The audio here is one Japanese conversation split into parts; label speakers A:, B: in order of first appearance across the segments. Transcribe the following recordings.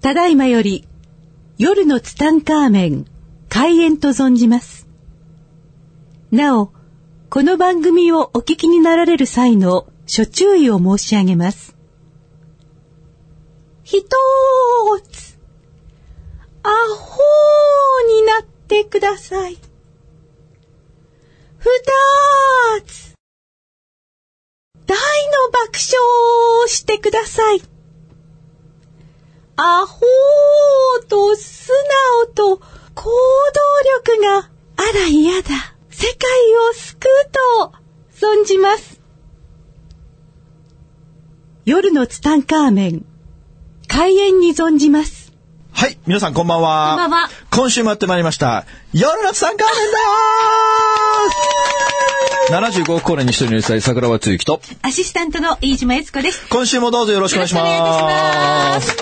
A: ただいまより夜のツタンカーメン開演と存じます。なお、この番組をお聞きになられる際の諸注意を申し上げます。ひとーつ、アホーになってください。ふたーつ、大の爆笑をしてください。アホーと素直と行動力があら嫌だ。世界を救うと存じます。夜のツタンカーメン、開演に存じます。
B: はい、皆さんこんばんは。
A: こんばんは。
B: 今週もやってまいりました。夜のツタンカーメンだー !75 億光年に一人の一桜庭つゆきと、
A: アシスタントの飯島悦子です。
B: 今週もどうぞよろしくお願いします。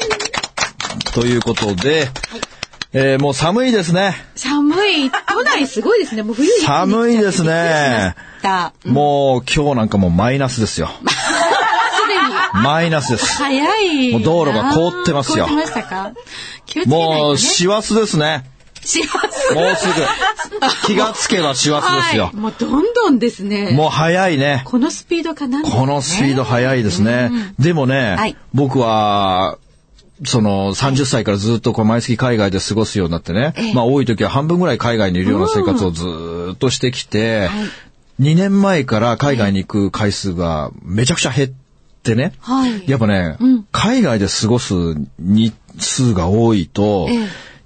B: ということで、はいえー、もう寒いですね。
A: 寒い。都内すごいですね。もう冬
B: 寒いですね。うん、もう今日なんかもうマイナスですよ。マイナスです。
A: 早い。
B: もう道路が凍ってますよ。
A: 凍ってましたか、
B: ね、もう、師走ですね。
A: 師走。。
B: もう すぐ。気がつけば師走ですよはい
A: もうどんどんですね。
B: もう早いね。
A: このスピードかなん、ね、
B: このスピード早いですね。でもね、はい、僕は、その30歳からずっとこう毎月海外で過ごすようになってね、まあ多い時は半分ぐらい海外にいるような生活をずっとしてきて、2年前から海外に行く回数がめちゃくちゃ減ってね、やっぱね、海外で過ごす日数が多いと、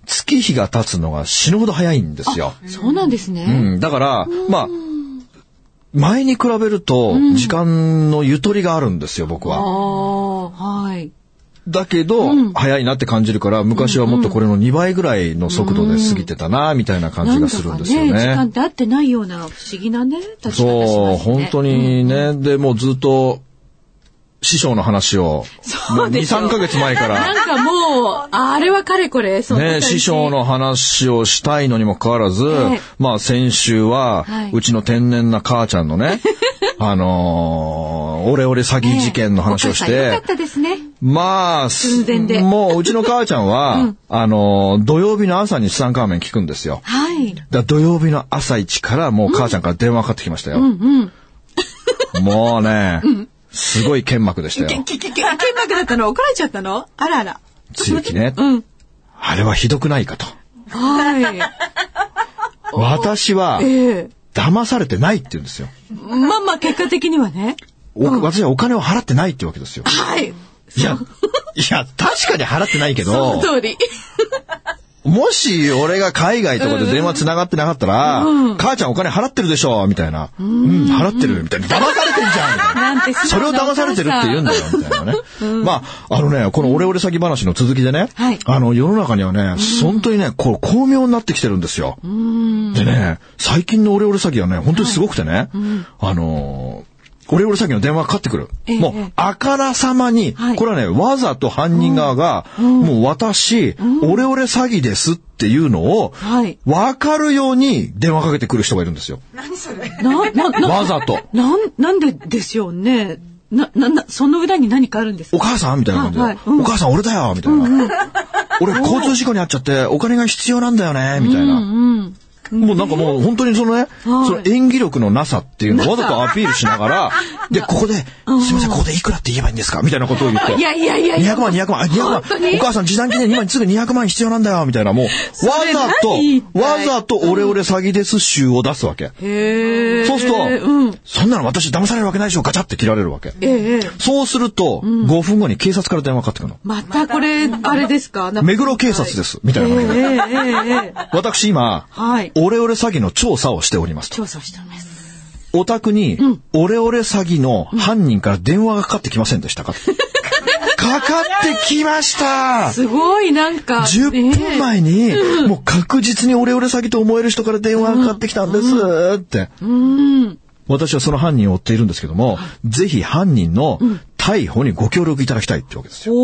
B: 月日が経つのが死ぬほど早いんですよ。
A: そうなんですね。
B: うん、だから、まあ、前に比べると時間のゆとりがあるんですよ、僕は。
A: はい。
B: だけど、うん、早いなって感じるから、昔はもっとこれの2倍ぐらいの速度で過ぎてたな、みたいな感じがするんですよね。
A: ね時間って合ってないような不思議なね、確かに、ね、
B: そう、本当にね。うん、で、もうずっと、師匠の話を、
A: そうで
B: 2、3ヶ月前から。
A: なんかもう、あれはかれこれ、
B: そうね。師匠の話をしたいのにもかかわらず、えー、まあ先週は、はい、うちの天然な母ちゃんの ね、あのー、オレオレ詐欺事件の話をして、え
A: ー、よかったですね。
B: まあ、
A: 寸前で。
B: もう、うちの母ちゃんは、うん、あのー、土曜日の朝にツタンカーメン聞くんですよ。
A: はい。
B: だ土曜日の朝一から、もう母ちゃんから電話かかってきましたよ。うんうん、もうね、うんすごい剣幕でしたよ。剣
A: 幕だったの怒られちゃったのあらあら。
B: つゆきね。
A: うん。
B: あれはひどくないかと。
A: はい。
B: 私は、騙されてないって言うんですよ。
A: まあまあ結果的にはね。
B: 私はお金を払ってないってわけですよ。
A: はい。
B: いや、いや、確かに払ってないけど。
A: その通り。
B: もし俺が海外とかで電話繋がってなかったら、母ちゃんお金払ってるでしょみたいな。うん、払ってるみたいな。騙されてんじゃんみたいな。 なそれを騙されてるって言 うんだよみたいなね。まあ、あのね、このオレオレ詐欺話の続きでね、あの、世の中にはね、本当にね、こう、巧妙になってきてるんですよ。でね、最近のオレオレ詐欺はね、本当にすごくてね、あのオレオレ詐欺の電話かかってくる。ええ、もう、あからさまに、はい、これはね、わざと犯人側が、うん、もう私、うん、オレオレ詐欺ですっていうのを、はい、わかるように電話かけてくる人がいるんですよ。
C: 何それ
B: わざと。
A: なん、なんでですよね。な、な、な、その裏に何かあるんですか
B: お母さんみたいな感じで。はいうん、お母さん俺だよみたいな。うんうん、俺、交通事故に遭っちゃって、お金が必要なんだよねみたいな。
A: うんうん
B: もうなんかもう本当にそのね、はい、その演技力のなさっていうのをわざとアピールしながら、で、ここで、すみません、ここでいくらって言えばいいんですかみたいなことを言って。
A: いやいやいや
B: 200万、200万、200万、お母さん、時短期で今すぐ200万必要なんだよ、みたいな、もう、わざと、わざとオレオレ詐欺です集を出すわけ。
A: へ
B: そうすると、うん、そんなの私騙されるわけないでしょ、ガチャって切られるわけ。
A: ええ、
B: そうすると、うん、5分後に警察から電話かかってくるの。
A: またこれ、あれですか
B: 目黒警察です、みたいな感じで。
A: ええ
B: 私今、
A: はい、
B: オレオレ詐欺の調査をしております
A: 調査しております。
B: お宅に、オレオレ詐欺の犯人から電話がかかってきませんでしたか、 かかってきました
A: すごいなんか。
B: 10分前に、もう確実にオレオレ詐欺と思える人から電話がかかってきたんですって。私はその犯人を追っているんですけども、ぜひ犯人の逮捕にご協力いただきたいってわけですよ。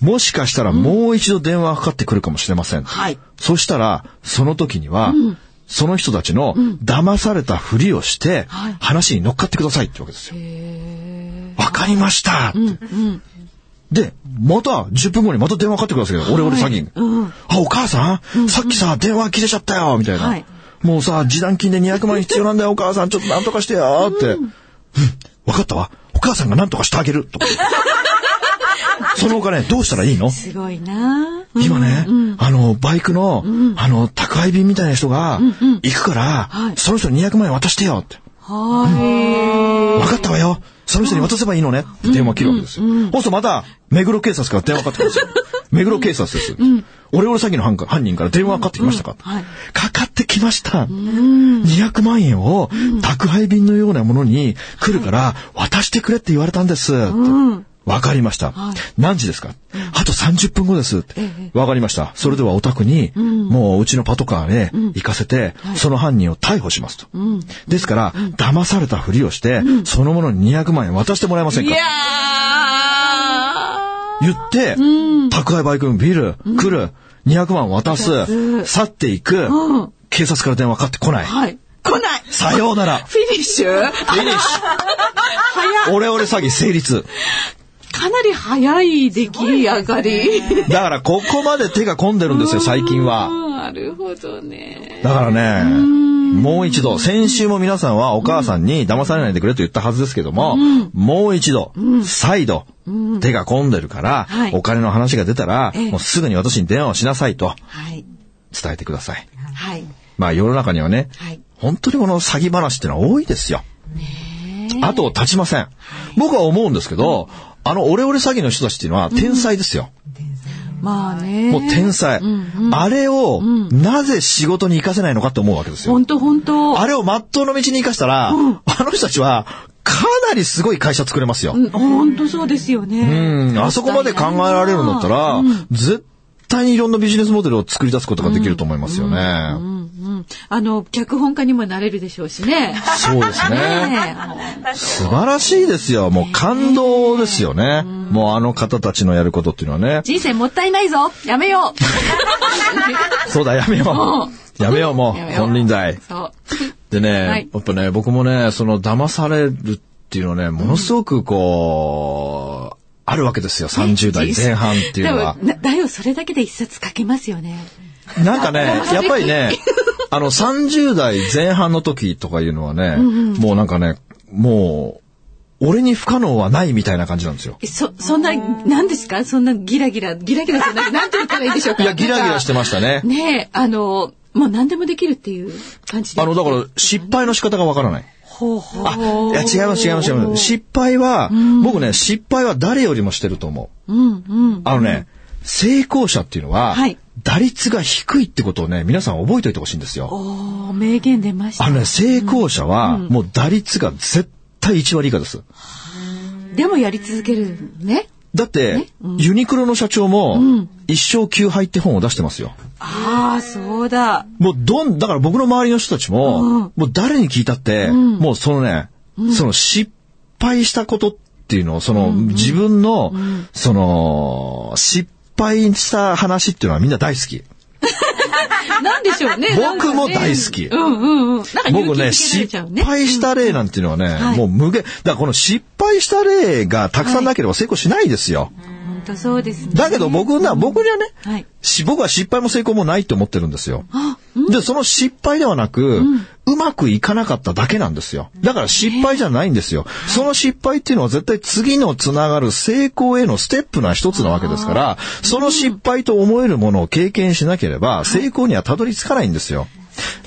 B: もしかしたらもう一度電話がかかってくるかもしれません。
A: はい。
B: そしたら、その時には、うん、その人たちの騙されたふりをして、はい、話に乗っかってくださいってわけですよ。わかりました、うんうん、で、また10分後にまた電話かかってくださいよ。オレオレ詐欺。あ、お母さん、さっきさ、電話切れちゃったよみたいな。
A: はい
B: もうさ、示談金で200万円必要なんだよ、お母さん。ちょっとなんとかしてよって。うん、わかったわ。お母さんがなんとかしてあげる。と かそのお金、どうしたらいいの
A: すごいなぁ。
B: 今ね、あの、バイクの、あの、宅配便みたいな人が、行くから、
A: はい
B: その人に200万円渡してよって。
A: は
B: 分かったわよ。その人に渡せばいいのね。って電話切るわけですよ。そうするとまた、目黒警察から電話かかってくるんですよ。目黒警察です。オレオレ詐欺の犯か犯人から電話かかってきましたか、
A: うんはい
B: かかってきました。200万円を宅配便のようなものに来るから渡してくれって言われたんです。ってわかりました。何時ですかあと30分後ですって
A: え。
B: わかりました。それではお宅に、もううちのパトカーで行かせて、その犯人を逮捕しますと。ですから、騙されたふりをして、そのものに200万円渡してもらえませ
A: い。
B: ん
A: い
B: か
A: や
B: 言って、宅配バイクのビル、来る、200万渡す、
A: す
B: 去っていく、
A: うん
B: 警察から電話かかってこな
A: ー。
B: い
A: はい。来ない
B: さようなら。
A: フィニッシュ
B: フィニッシュ。オレオレ詐欺成立。
A: かなり早い出来上がり。
B: だからここまで手が込んでるんですよ、最近は。
A: なるほどね。
B: だからね、もう一度、先週も皆さんはお母さんに騙されないでくれと言ったはずですけども、もう一度、再度、手が込んでるから
A: は、い
B: お金の話が出たら、
A: ええ
B: もうすぐに私に電話をしなさいと
A: はい。
B: 伝えてください。
A: はい。
B: まあ世の中にはね、
A: はい。
B: 本当にこの詐欺話ってのは多いですよ。後を絶ちません。僕は思うんですけど、あのオレオレ詐欺の人たちっていうのは天才ですよ。
A: まあね。
B: もう天才。あれを、なぜ仕事に活かせないのかって思うわけですよ。
A: 本当本当。
B: あれを真っ当の道に活かしたら、あの人たちは、かなりすごい会社作れますよ。
A: うん本当そうですよね。
B: うん、あそこまで考えられるんだったら、絶対にいろんなビジネスモデルを作り出すことができると思いますよね。
A: うんうん。あの、脚本家にもなれるでしょうしね。
B: そうです ね。
A: ね
B: 素晴らしいですよ。もう感動ですよね。もうあの方たちのやることっていうのはね。
A: 人生もったいないぞやめよう
B: そうだ、やめよう。やめよう、もう
A: やめ。よう
B: 金輪際。
A: そう。
B: でね、
A: はい
B: やっぱね、僕もね、その騙されるっていうのはね、ものすごくこう、あるわけですよ。30代前半っていうのは
A: で。もなだよ、それだけで一冊書けますよね。
B: なん かね、やっぱりね、あの30代前半の時とかいうのはね、もうなんかね、もう、俺に不可能はないみたいな感じなんですよ。
A: えそ、そんな、なんですかそんなギラギラ、ギラギラじゃなく、なんて言ったらいいでしょうか
B: いや、ギラギラしてましたね。
A: ねえ、あの、もう何でもできるっていう感じで。
B: あの、だから、失敗の仕方がわからない。
A: ほうほう。
B: いや、違います、違います、違います。失敗は、僕ね、失敗は誰よりもしてると思う。
A: うんうん。
B: あのね、成功者っていうのは
A: はい、
B: 打率が低いってことをね、皆さん覚えておいてほしいんですよ。
A: おー、名言出ました
B: あ。のね、成功者は、もう打率が絶対1割以下です。
A: でもやり続けるね。
B: だって、ユニクロの社長も、一生休杯って本を出してますよ。
A: ああ、そうだ。
B: もうどん、だから僕の周りの人たちも、もう誰に聞いたって、もうそのね、その失敗したことっていうのを、その、自分の、その、失敗した話っていうのはみんな大好き。
A: なんでしょうね。
B: 僕も大好
A: な
B: き
A: んかねうんうんうん。なんか勇
B: 僕
A: 気づけ
B: ね、
A: られ
B: 失
A: ちゃうね。
B: 敗した例なんていうのはね、
A: はい
B: もう無限、だからこの失敗した例がたくさんなければ成功しないですよ。
A: 本当そうですね。
B: だけど僕な、僕にはね、
A: はい。
B: し僕は失敗も成功もないと思ってるんですよ。で、その失敗ではなく、うまくいかなかっただけなんですよ。だから失敗じゃないんですよ。その失敗っていうのは絶対次のつながる成功へのステップな一つなわけですから、その失敗と思えるものを経験しなければ、成功にはたどり着かないんですよ。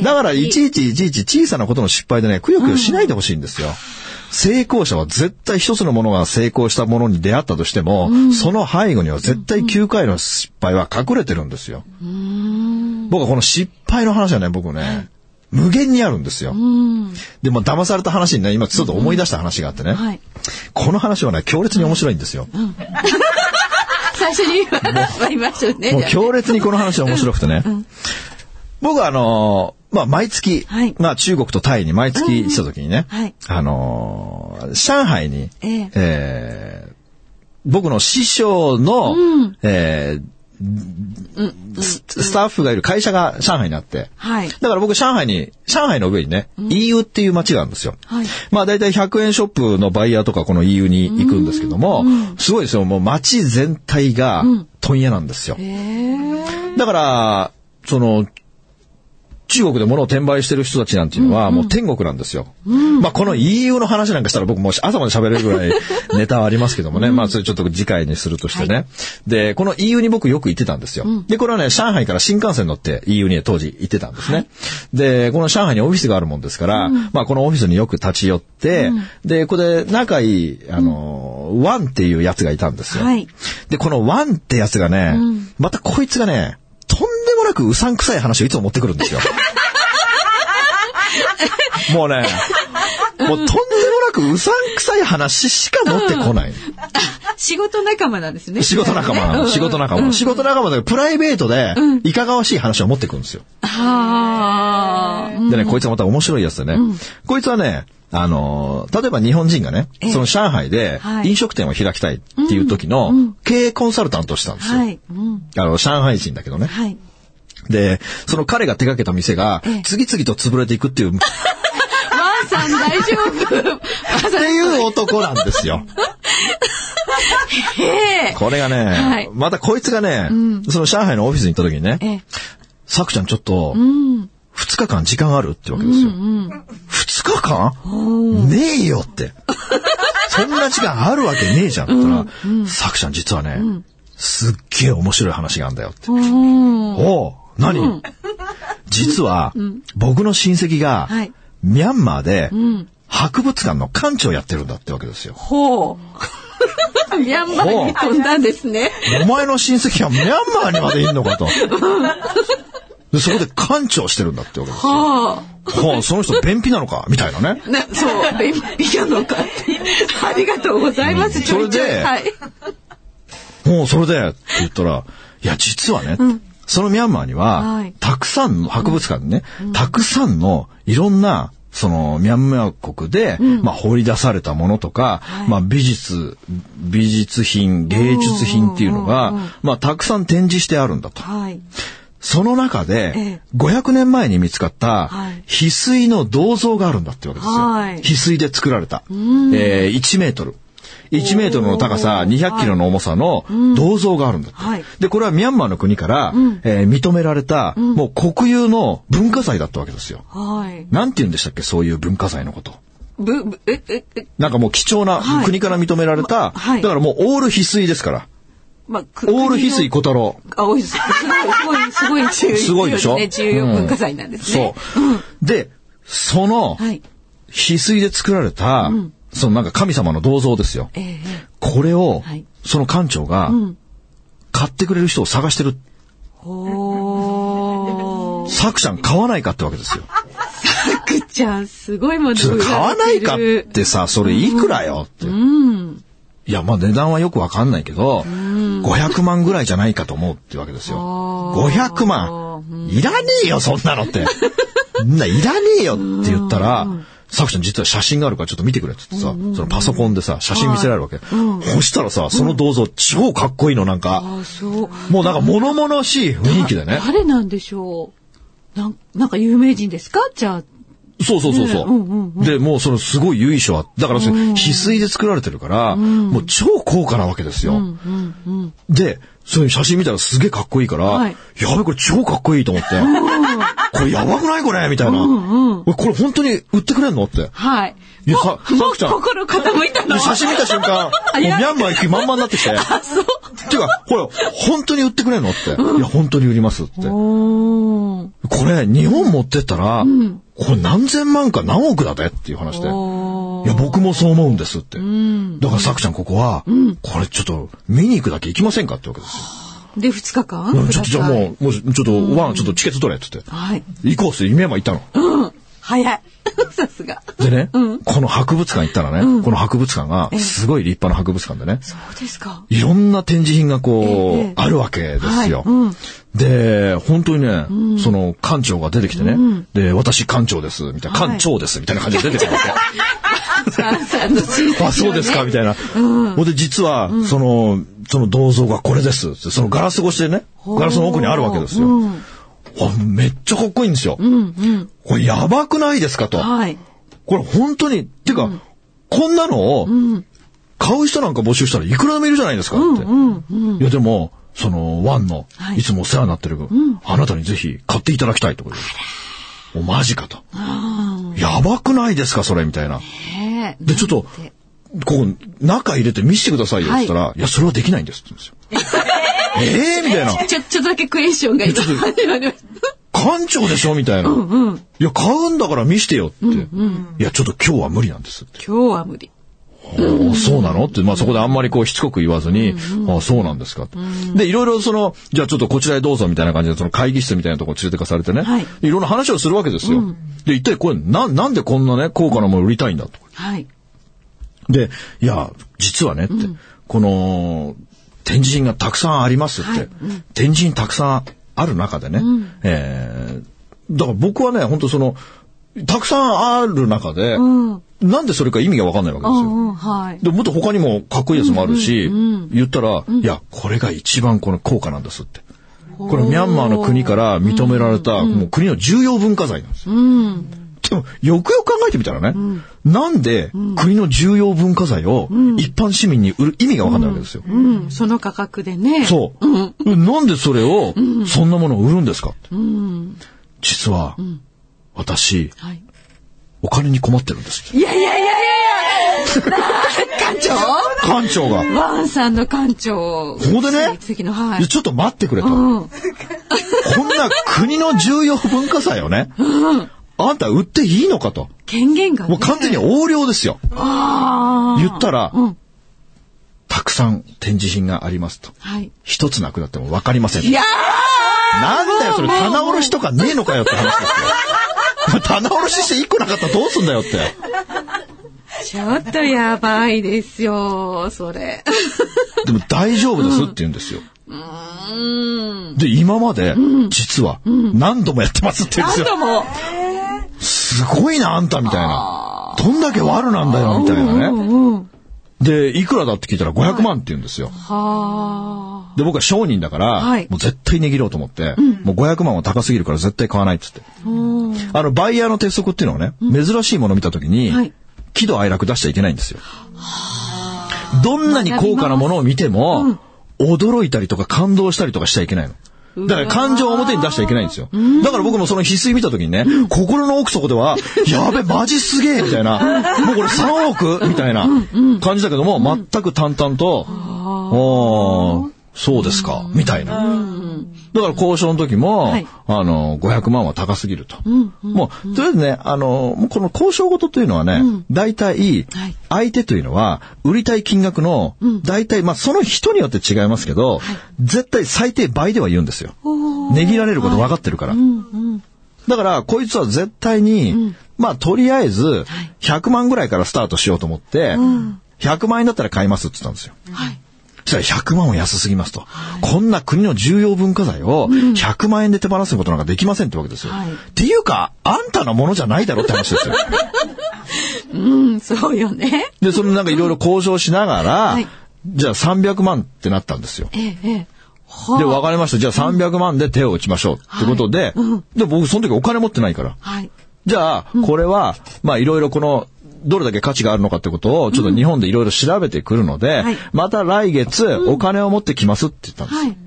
B: だから、いちいちいちいち小さなことの失敗でね、くよくよしないでほしいんですよ。成功者は絶対一つのものが成功したものに出会ったとしても、その背後には絶対9回の失敗は隠れてるんですよ。僕はこの失敗の話はね、僕ね、無限にあるんですよ。でも騙された話にね、今ちょっと思い出した話があってね、
A: はい。
B: この話はね、強烈に面白いんですよ。
A: 最初に 言いましょうね。
B: もう
A: じゃあ
B: 強烈にこの話は面白くてね。僕はあのーまあ、毎月、
A: はい
B: まあ、中国とタイに毎月行ってた時にね、
A: うんはい
B: あのー上海に、
A: ええ
B: えー僕の師匠の、えーススタッフがいる会社が上海にあって、
C: はい
B: だから僕上海に、上海の上にね、EU っていう街があるんですよ。
C: はい
B: まあ大体100円ショップのバイヤーとかこの EU に行くんですけども、すごいですよ。もう街全体が問屋なんですよ。
C: へえ。
B: だから、その、中国で物を転売してる人たちなんていうのは、もう天国なんですよ。まあ、この EU の話なんかしたら僕もう朝まで喋れるぐ らいネタはありますけどもね。まあ、それちょっと次回にするとしてね。で、この EU に僕よく行ってたんですよ。で、これはね、上海から新幹線乗って EU に当時行ってたんですね。で、この上海にオフィスがあるもんですから、まあ、このオフィスによく立ち寄って、で、ここで仲いい、あの、ワンっていうやつがいたんですよ。
C: はい
B: で、このワンってやつがね、またこいつがね、とんでもなくうさんくさい話をいつも持ってくるん ですよ。もうね、もうとんでもなくうさんくさい話しか持ってこない。
C: 仕事仲間なんですね。
B: 仕事仲間な
C: う
B: の、
C: ん
B: 仕事仲間なの、仕事仲間だけど、プライベートで、いかがわしい話を持ってくるんですよ。
C: はあ。
B: でね、こいつはまた面白いやつでね、こいつはね、あのー例えば日本人がね、その上海で
C: はい
B: 飲食店を開きたいっていう時の経営コンサルタントをしてたんですよ。
C: はい。うん。
B: あの、上海人だけどね。
C: はい。
B: で、その彼が手掛けた店が
C: ええ、
B: 次々と潰れていくっていう、っ
C: ワンさん大丈夫ワンさん
B: ていう男なんですよ。
C: へえ。
B: これがね、
C: はい
B: またこいつがね、その上海のオフィスに行った時に
C: え
B: ね、
C: え。
B: さくちゃんちょっと、二日間時間あるってわけですよ。二日間ねえよって。そんな時間あるわけねえじゃんって言ったら、さくちゃん実はね、すっげえ面白い話があんだよって。
C: うん。
B: おう何、実は、僕の親戚が、
C: はい
B: ミャンマーで、博物館の館長やってるんだってわけですよ。
C: ほう。ミャンマーに飛んだんですね。
B: お前の親戚はミャンマーにまでいんの かと。でそこで館長してるんだってわけですよ。
C: はあ。
B: ほうその人便秘なのかみたいなね。
C: なそう、便秘なのかって。ありがとうございます、
B: うん
C: ちょいちょい
B: それで
C: はい。
B: もうそれで、って言ったら、いや、実はね、そのミャンマーには、
C: はい
B: たくさんの、博物館にね、たくさんのいろんな、その、ミャンマー国で、まあ、放り出されたものとか、まあ、美術、美術品、芸術品っていうのが、まあ、たくさん展示してあるんだと。
C: はい。
B: その中で、
C: ええ
B: 500年前に見つかった
C: はい
B: 翡翠の銅像があるんだってわけですよ。
C: はい
B: 翡翠で作られた、えー1メートル。1メートルの高さ200キロの重さの銅像があるんだって。
C: はい
B: で、これはミャンマーの国から、えー認められた、もう国有の文化財だったわけですよ。
C: はい。
B: なんて言うんでしたっけそういう文化財のこと。
C: ぶ、ぶ、え、え、え、
B: なんかもう貴重な、
C: はい
B: 国から認められた、
C: はい
B: だからもうオール翡翠ですから。
C: まあ、く
B: オール翡翠小
C: 国の
B: 太郎。
C: あ、多いです。すごい、すごい、すごい重要、
B: すごいでしょ
C: ね重要文化財なんですね。
B: そう。で、その、
C: はい。
B: 翡翠で作られた、そのなんか神様の銅像ですよ。
C: ええ
B: これを、
C: はい
B: その館長が、買ってくれる人を探してる。
C: おー。
B: 作者買わないかってわけですよ。
C: さくちゃん、 すごいもの
B: そ
C: 売
B: れ
C: られてる
B: 買わないかってさ、それいくらよって。いや、まあ値段はよくわかんないけど、500万ぐらいじゃないかと思うってわけですよ。500万いらねえよ、そんなのって。そんないらねえよって言ったら、さくちゃん実は写真があるからちょっと見てくれって言ってさ、そのパソコンでさ、写真見せられるわけ。そしたらさ、その銅像超かっこいいの、なんか。
C: あ、そう。
B: もうなんか物々しい雰囲気でね。
C: 誰なんでしょう。なん、なんか有名人ですかじゃあ。
B: そうそうそうそう。
C: ねうんうん
B: で、もうそのすごい由緒あだからそれ翡翠で作られてるから、もう超高価なわけですよ。で、その写真見たらすげえかっこいいから、
C: はい
B: やべえこれ超かっこいいと思って、これやばくないこれみたいな、おいこれ本当に売ってくれんのって。
C: はい。
B: いや
C: も
B: さ
C: う
B: さくちゃん
C: もう心傾いたの
B: で。写真見た瞬間、もうミ
C: や
B: ャンマー行く気満々になってきて、
C: あ、そう。
B: っていうか、これ本当に売ってくれんのって。いや、本当に売りますって。
C: おー。
B: これ、日本持ってったら、これ何千万か何億だぜっていう話で。いや、僕もそう思うんですって。だから、さくちゃん、ここは、これちょっと、見に行くだけ行きませんかってわけです
C: で、二日間
B: よ。ちょっと、じゃあ
C: ください
B: もう、もう、ちょっと、ワン、ちょっとチケット取れって言って。
C: はい。
B: 行こうっすよ、夢山行ったの。
C: 早い。 さすが。
B: でね、この博物館行ったらね、この博物館がすごい立派な博物館でね、
C: そうですか。
B: いろんな展示品がこう、
C: ええ
B: あるわけですよ。
C: はいうん
B: で、本当にね、その館長が出てきてね、で、私館長です、みたいな、館長です、みたいな感じで出てく るわけ。
C: さんさんの地域
B: あ、そうですか、みたいな。ほんで、実は、その、その銅像がこれですって、そのガラス越しでね、ガラスの奥にあるわけですよ。あめっちゃかっこいいんですよ。これやばくないですかと。
C: はい。
B: これ本当に、っていうか、こんなのを、買う人なんか募集したらいくらでもいるじゃないですかって。いや、でも、その、ワンの、
C: はい
B: いつもお世話になってる、あなたにぜひ買っていただきたいとか言う。お、マジかと。やばくないですか、それ、みたいな。
C: ねえ
B: で、ちょっと、こう、中入れて見せてくださいよ、っ
C: は
B: て
C: い
B: 言ったら、いや、それはできないんです、って言うんですよ。ええー、みたいな。
C: ちょ、ちょっとだけクエスチョンが今始まりまし
B: 館長でしょみたいな。いや、買うんだから見してよって。いや、ちょっと今日は無理なんですって。
C: た。今日は無理。
B: おーそうなのって、まあそこであんまりこうしつこく言わずに、ああそうなんですかって。で、いろいろその、じゃあちょっとこちらへどうぞみたいな感じで、その会議室みたいなところ連れてかされてね、
C: はい
B: いろんな話をするわけですよ。で、一体これ、な、なんでこんなね、高価なものを売りたいんだと。
C: はい。
B: で、いや、実はねって、この、展示品がたくさんありますって、
C: はい
B: 展示品たくさんある中でね、えーだから僕はね、本当その、たくさんある中で、なんでそれか意味がわかんないわけ
C: う
B: ですよ。
C: んうん、はい。
B: でもっと他にもかっこいいやつもあるし、言ったら、いや、これが一番この効果なんですって。これミャンマーの国から認められた、もう国の重要文化財なんですよ。でも、よくよく考えてみたらね、なんで国の重要文化財を一般市民に売る意味がわかんないわけですよ。
C: うん、その価格でね。
B: そう。なんでそれを、そんなものを売るんですかって。実は、私、
C: はい。
B: お金に困ってるんですって。
C: いやいやいやいやいや館長
B: 館長が。
C: ワンさんの館長。こ
B: こでね
C: 次の、はい
B: いや。ちょっと待ってくれと。
C: うん。
B: こんな国の重要文化財をね、あんた売っていいのかと。
C: 権限がね。
B: もう完全に横領ですよ。
C: あ
B: 言ったら、
C: うん
B: たくさん展示品がありますと。
C: あ。はい。
B: 一つなくなっても分かりません。
C: いや
B: なんだよ、それ棚卸しとかねえのかよって話ですよ。 棚卸しして一個なかったらどうすんだよって。
C: ーちょっとやばいですよ、それ。
B: でも大丈夫ですって言うんですよ。
C: うーん。
B: で、今まで、実は、何度もやってますって言うんです
C: 何
B: よ。
C: 度も。
B: すごいな、あんたみたいな。どんだけ悪なんだよ、みたいなね。
C: うん。
B: で、いくらだって聞いたら500万って言うんですよ。
C: はあ。
B: で、僕は商人だから、
C: はい
B: もう絶対値切ろうと思って、もう500万は高すぎるから絶対買わないっつって。
C: うん
B: あの、バイヤーの鉄則っていうのをね、珍しいものを見たときに、
C: はい
B: 喜怒哀楽出しちゃいけないんですよ。どんなに高価なものを見ても、驚いたりとか感動したりとかしちゃいけないの。だから感情を表に出しちゃいけないんですよ。だから僕もその翡翠見た時にね、心の奥底で は、やべ、マジすげえみたいな、もうこれ3億みたいな感じだけども、全く淡々と、ああ、そうですか、みたいな。だから交渉の時も、
C: はい
B: あの、500万は高すぎると。もう、とりあえずね、あの、もうこの交渉事というのはね、大体
C: はい、
B: 相手というのは、売りたい金額の、大体、まあ、その人によって違いますけど、絶対最低倍では言うんですよ。値切られること分かってるから。だから、こいつは絶対に、まあ、とりあえず、100万ぐらいからスタートしようと思って、100万円だったら買いますって言ったんですよ。
C: はい。
B: そしたら100万は安すぎますと。こんな国の重要文化財を100万円で手放すことなんかできませんってわけですよ。
C: はい
B: っていうか、あんたのものじゃないだろって話 ですよ。
C: うん、そうよね。
B: で、そのなんかいろいろ交渉しながら、
C: い
B: じゃあ300万ってなったんですよ。
C: ええ、ええ。はあ
B: で、わかりました。じゃあ300万で手を打ちましょうってことで、で、僕その時お金持ってないから。
C: はい。
B: じゃあ、これは、まあいろいろこの、どれだけ価値があるのかってことを、ちょっと日本でいろいろ調べてくるので、
C: はい
B: また来月、お金を持ってきますって言ったんですよ
C: はい。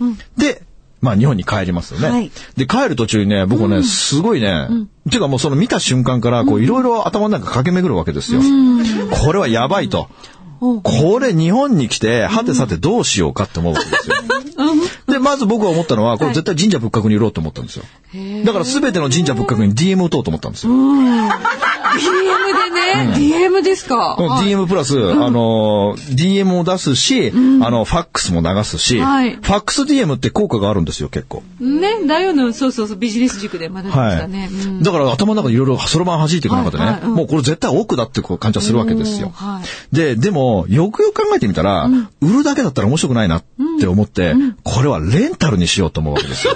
C: うん、うん。
B: で、まあ日本に帰りますよね。
C: はい
B: で、帰る途中にね、僕ね、すごいね、ていうかもうその見た瞬間から、こういろいろ頭の中駆け巡るわけですよ。これはやばいと。
C: おう
B: これ日本に来て、はてさてどうしようかって思うわけです よ。で、まず僕が思ったのは、これ絶対神社仏閣に売ろうと思ったんですよ。だから全ての神社仏閣に DM 打とうと思ったんですよ。
C: DM でね、DM ですか。
B: この
C: はい
B: DM プラス、あのー、DM を出すし、あの、ファックスも流すし、
C: はい
B: ファックス DM って効果があるんですよ、結構。
C: ね、だよの、そうそうそう、ビジネス塾で学びましたね。うん
B: だから頭の中でいろいろそろばん弾いていく中でね、
C: はいはいうん
B: もうこれ絶対奥だってこう感じはするわけですよ。
C: はい。
B: で、でも、よくよく考えてみたら、売るだけだったら面白くないなって思って、これはレンタルにしようと思うわけです よ。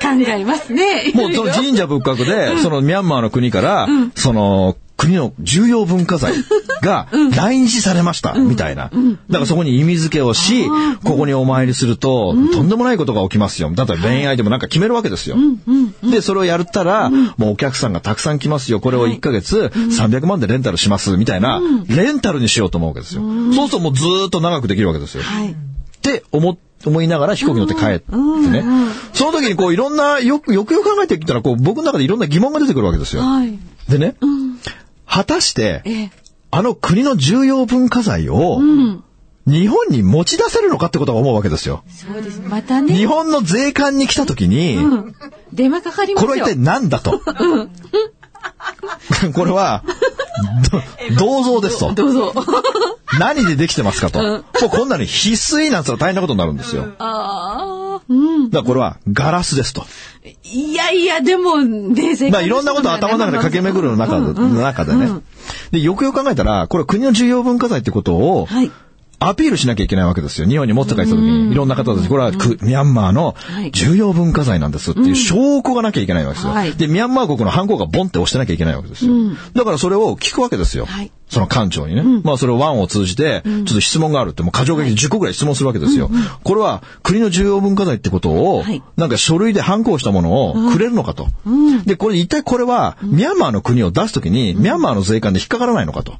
C: 考えますね。
B: もうその神社仏閣で、そのミャンマーの国から、その国の重要文化財が来日されました、みたいな。だからそこに意味付けをし、ここにお参りすると、とんでもないことが起きますよ。だったら恋愛でもなんか決めるわけですよ。で、それをやったら、もうお客さんがたくさん来ますよ。これを1ヶ月300万でレンタルします、みたいな、レンタルにしようと思うわけですよ。そうするともうずーっと長くできるわけですよ。
C: はい。
B: って思っ思いながら飛行機乗って帰ってね。その時にこういろんな、よく、よくよく考えてきたらこう僕の中でいろんな疑問が出てくるわけですよ。
C: はい。
B: でね、
C: うん。
B: 果たして、
C: ええ。
B: あの国の重要文化財を
C: うん。
B: 日本に持ち出せるのかってことが思うわけですよ。
C: そうです。また
B: 日
C: ね。
B: 本の税関に来た時に、
C: うん。電話かかります
B: こ
C: よ。
B: れは一体何だと。これは、ど銅像ですと。
C: どうぞ。
B: 何でできてますかと。
C: ん
B: もうこんなに必須になんつったら大変なことになるんですよ。だか
C: ああ。うん。
B: らこれはガラスですと。
C: いやいや、でも、ね、世界
B: まあいろんなことを頭の中で駆け巡るの中で,、中でね。で、よくよく考えたら、これは国の重要文化財ってことを、
C: はい。
B: アピールしなきゃいけないわけですよ。日本に持って帰った時に、いろんな方たち、これはくミャンマーの
C: はい
B: 重要文化財なんですっていう証拠がなきゃいけないわけですよ。
C: はい
B: で、ミャンマー国の犯行がボンって押してなきゃいけないわけですよ。だからそれを聞くわけですよ。
C: はい
B: その館長にね。まあそれをワンを通じて、ちょっと質問があるって、もう過剰書きで10個ぐらい質問するわけですよ。これは国の重要文化財ってことを
C: はい、
B: なんか書類で犯行したものをくれるのかと。で、これ一体これは、ミャンマーの国を出すときに、ミャンマーの税関で引っかからないのかと。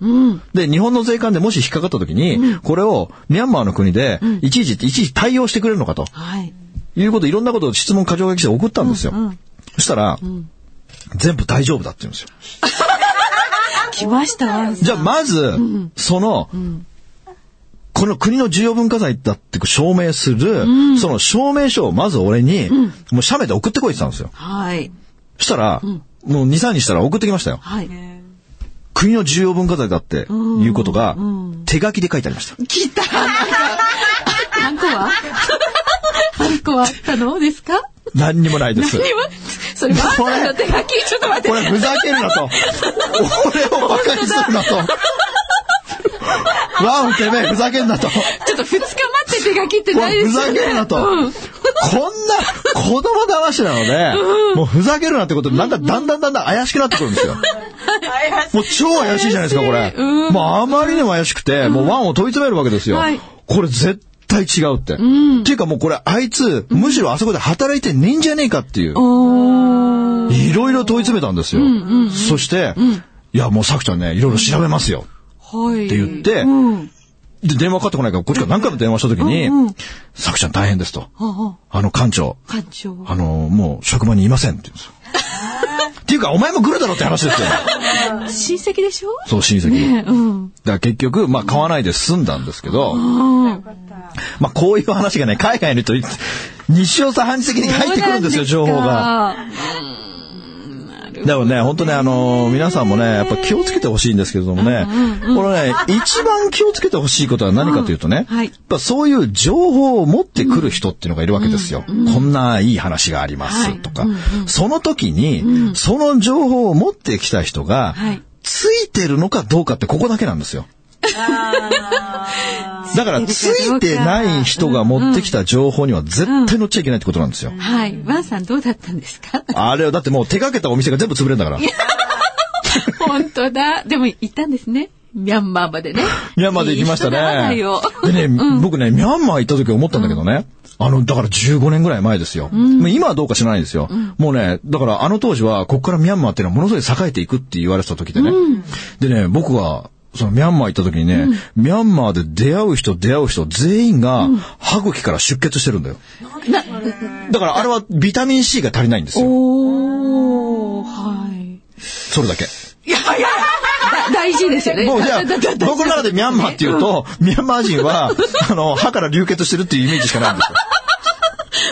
B: で、日本の税関でもし引っかかったときに、これをミャンマーの国で、いちいち、いちいち対応してくれるのかと。
C: はい。
B: いうこと、いろんなことを質問過剰書きして送ったんですよ。そしたら、全部大丈夫だって言うんですよ。
C: 来ましたわ。
B: じゃあまず、その、この国の重要文化財だって証明する、その証明書をまず俺に、もう写メで送ってこいって言ったんですよ。
C: はい。
B: そしたら、もう2、3日したら送ってきましたよ。
C: はい。
B: 国の重要文化財だっていうことが、手書きで書いてありました。
C: 来た。ハンコはハンコはあったのですか
B: 何にもないです。
C: 何もそれはあんたの手書き。ちょっと待って。
B: これふざけるなと。俺をバカにするなと。ワンてめえふざけんなと。こ
C: ちょっと2日待って手書きってない
B: れ
C: で
B: ふ
C: す
B: ざ
C: よ
B: け
C: ね。
B: るなと。こんな子供だましなので、もうふざけるなってことで、なんだ、だんだんだんだん怪しくなってくるんですよ。もう超怪しいじゃないですか、これ。
C: う
B: もうあまりにも怪しくて、もうワンを問い詰めるわけですよ
C: はい。
B: これ絶対違うって。っていうかもうこれあいつ、むしろあそこで働いてねえんじゃねえかっていう。
C: おー
B: いろいろ問い詰めたんですよ。そして、いや、もうさくちゃんね、いろいろ調べますよ。
C: はい。
B: って言って
C: うん。
B: で、電話かかってこないから、こっちから何回も電話した時に、さくちゃん大変ですと。
C: あ
B: あの、館長、
C: あ、館長。
B: あの、もう職場にいませんって言うんです よ。っていうか、お前も来るだろって話 ですよ。
C: 親戚でしょ
B: そう、親戚。
C: ねえ、うん。
B: だから結局、まあ、買わないで済んだんですけど、まあ、こういう話がね、海外の人、日常茶飯事的に入ってくるんですよ、情報が。でもね、本当ね、あのー皆さんもね、やっぱ気をつけてほしいんですけれどもね、これね、一番気をつけてほしい ことは何かというとね、
C: うんはい
B: やっぱそういう情報を持ってくる人っていうのがいるわけですよ。こんないい話がありますとか、その時に、その情報を持ってきた人が、
C: はい
B: ついてるのかどうかってここだけなんですよ。だから、ついてない人が持ってきた情報には絶対乗っちゃいけないってことなんですよ。
C: はい。ワンさんどうだったんで すか
B: あれはだってもう手掛けたお店が全部潰れるんだから。
C: 本当だ。でも行ったんですね。ミャンマーまでね。
B: ミャンマーで行きました
C: いい人だわな
B: ね。
C: よ
B: でね、僕ね、ミャンマー行った時思ったんだけどね。あの、だから15年ぐらい前ですよ。もう今はどうか知らないですよ。もうね、だからあの当時は、ここからミャンマーっていうのはものすごい栄えていくって言われてた時でね。でね、僕は、そのミャンマー行った時にね、ミャンマーで出会う人出会う人全員が歯茎から出血してるんだよ。だからあれはビタミン C が足りないんですよ。
C: おー、はい。
B: それだけ。
C: だ大事ですよね。
B: もうじゃあ
C: だだだ、だ
B: 僕の中でミャンマーっていうと、ミャンマー人は、あの、歯から流血してるっていうイメージしかないんですよ。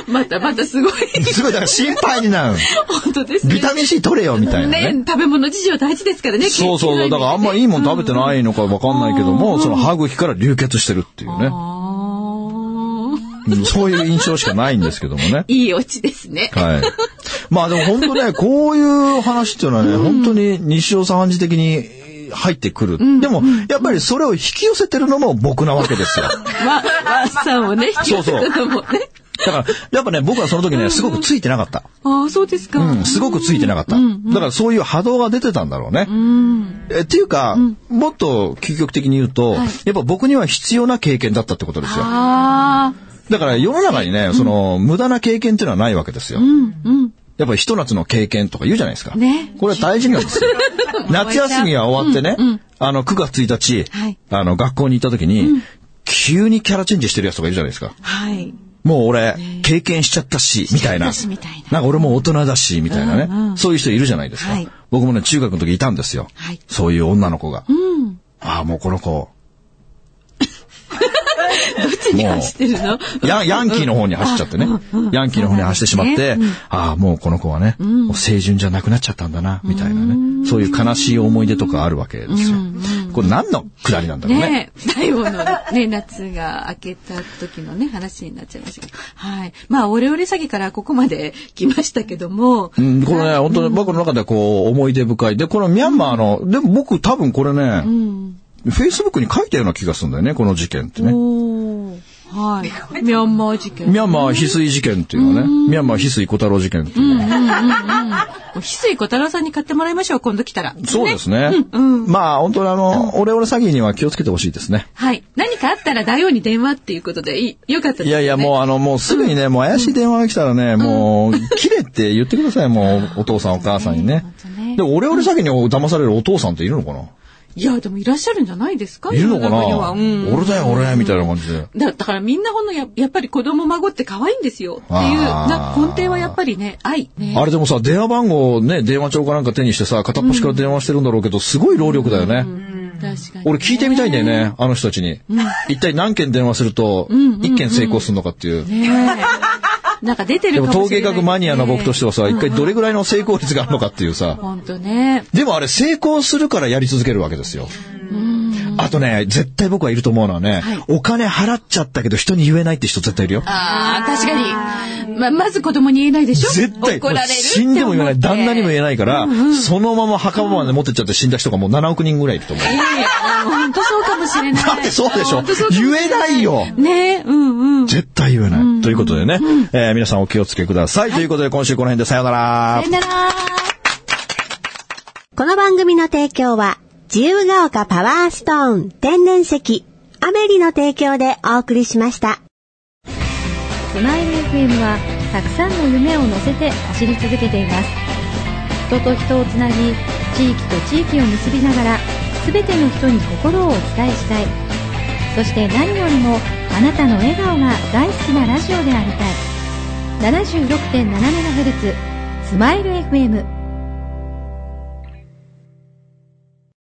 C: また、またすごい。
B: すごい、だから心配に なる。
C: 本当ですね。
B: ビタミン C 取れよ、みたいなね。
C: ね食べ物事情大事ですからね。
B: そうそうそう。だからあんまいいもん食べてないのかわかんないけども、その歯茎から流血してるっていうね。
C: あー
B: うんそういう印象しかないんですけどもね。
C: いいオチで すね。
B: はい。まあでも本当ね、こういう話っていうのはね、本当に西尾さん時的に入ってくる。でも、やっぱりそれを引き寄せてるのも僕なわけ ですよ。
C: わ、わさんをね、引き寄せたのもね。
B: だから、やっぱね、僕はその時ね、すごくついてなかった。
C: ああ、そうですか。
B: うん、すごくついてなかった。だからそういう波動が出てたんだろうね。えっていうか、もっと究極的に言うと、やっぱ僕には必要な経験だったってことですよ。
C: ああ、
B: だから世の中にね、その、無駄な経験っていうのはないわけですよ。
C: うん、うん。
B: やっぱりひと夏の経験とか言うじゃないですか。
C: ね
B: これは大事なんですよ。夏休みは終わってね、あの、9月1日、
C: はい
B: あの、学校に行った時に、急にキャラチェンジしてるやつとかいるじゃないですか。
C: はい。
B: もう俺、経験しちゃったし、みたいな。
C: しちゃったしみたいなん
B: か俺もう大人だし、みたいなね、
C: うんうん
B: そういう人いるじゃないですか。
C: はい
B: 僕もね、中学の時いたんですよ。
C: はい
B: そういう女の子が。
C: うん。
B: ああ、もうこの子、
C: どっちに走ってるの
B: ヤンヤンキーの方に走っちゃってね。ヤンキーの方に走ってしまって、ああ、もうこの子はね、もう清純じゃなくなっちゃったんだな、みたいなね。そういう悲しい思い出とかあるわけですよ。これ何のくだりなんだろうね。
C: ねえ、最後のね、夏が明けた時のね、話になっちゃいましたけど。はい。まあ、オレオレ詐欺からここまで来ましたけども、
B: うん、これね、本当に僕の中ではこう、思い出深い。で、このミャンマーの、でも僕多分これね、フェイスブックに書いたような気がするんだよね、この事件ってね。
C: おーはい。 ミャンマー事件。
B: ミャンマー翡翠事件っていうのね。ミャンマー翡翠小太郎事件っていうのね。
C: 翡翠小太郎さんに買ってもらいましょう、今度来たら。
B: そうですね。
C: うんう
B: まあ、本当にあの、オレオレ詐欺には気をつけてほしいですね。
C: はい。何かあったら大王に電話っていうことで、いいよかったです、ね。
B: いやいや、もうあの、もうすぐにね、もう怪しい電話が来たらね、もう、切れって言ってください、もう、お父さんお母さんにね
C: そうね。
B: でも、俺俺先に騙されるお父さんっているのかない
C: や、でもいらっしゃるんじゃないですか
B: いるのか
C: 世
B: な
C: 中にはうん
B: 俺だよ、俺、みたいな感じで。
C: だだからみんなほんのややっぱり子供孫って可愛いんですよっていう
B: あー
C: なんか根底はやっぱりね愛ね
B: あれでもさ、電話番号ね、電話帳かなんか手にしてさ、片っ端から電話してるんだろうけど、すごい労力だよね。
C: 確かに
B: 俺聞いてみたいんだよね、あの人たちに。一体何件電話すると、一件成功するのかっていう。
C: ねえなんか出て
B: で
C: る
B: も
C: かもしれない
B: 統計学マニアの僕としてはさ、一回どれ
C: ぐ
B: ぐらいの成功率があるのかっていうさ。
C: 本当ね
B: でもあれ成功するからやり続けるわけですよ。あとね、絶対僕はいると思うのはね、
C: はい
B: お金払っちゃったけど人に言えないって人絶対いるよ。
C: ああ確かにままず子供に言えないでしょ
B: 絶対、
C: 怒られるって思って
B: 死んでも言えない、旦那にも言えないから、そのまま墓場まで持ってっちゃって死んだ人がもう7億人ぐらいいると思う。
C: いやいや本当そうかもしれない
B: だってそうでしょ
C: 本当そうかもれ
B: 言えないよ
C: ねえうんうんさ
B: 絶対言えない。ということでね、えー皆さんお気をつけください。ということで今週この辺でさようなら
C: よ。なら
D: この番組の提供は、自由が丘パワーストーン天然石、アメリの提供でお送りしました。
E: スマイル FM はたくさんの夢を乗せて走り続けています人と人をつなぎ地域と地域を結びながら全ての人に心をお伝えしたいそして何よりもあなたの笑顔が大好きなラジオでありたい 76.7MHz スマイル FM